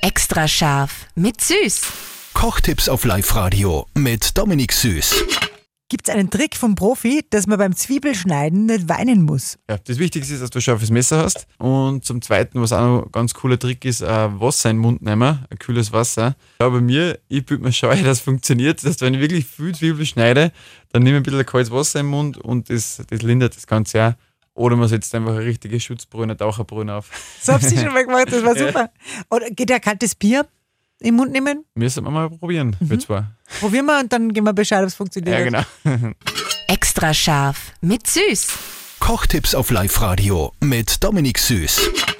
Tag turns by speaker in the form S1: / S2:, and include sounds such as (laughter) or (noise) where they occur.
S1: Extra scharf mit Süß.
S2: Kochtipps auf Live-Radio mit Dominik Süß.
S3: Gibt es einen Trick vom Profi, dass man beim Zwiebelschneiden nicht weinen muss?
S4: Ja, das Wichtigste ist, dass du ein scharfes Messer hast. Und zum Zweiten, was auch noch ein ganz cooler Trick ist, ein Wasser in den Mund nehmen, ein kühles Wasser. Ja, bei mir, ich bin mir scheu, (laughs) dass funktioniert, dass wenn ich wirklich viel Zwiebel schneide, dann nehme ich ein bisschen ein kaltes Wasser im Mund und das, das lindert das Ganze auch. Oder man setzt einfach eine richtige Schutzbrühe, Taucherbrühe auf.
S3: So habe ich schon mal gemacht, das war super. Oder geht ja kaltes Bier im Mund nehmen?
S4: Müssen wir mal probieren, wir zwei.
S3: Probieren wir und dann geben wir Bescheid, ob es funktioniert.
S4: Ja, genau.
S1: Extra scharf mit Süß.
S2: Kochtipps auf Live-Radio mit Dominik Süß.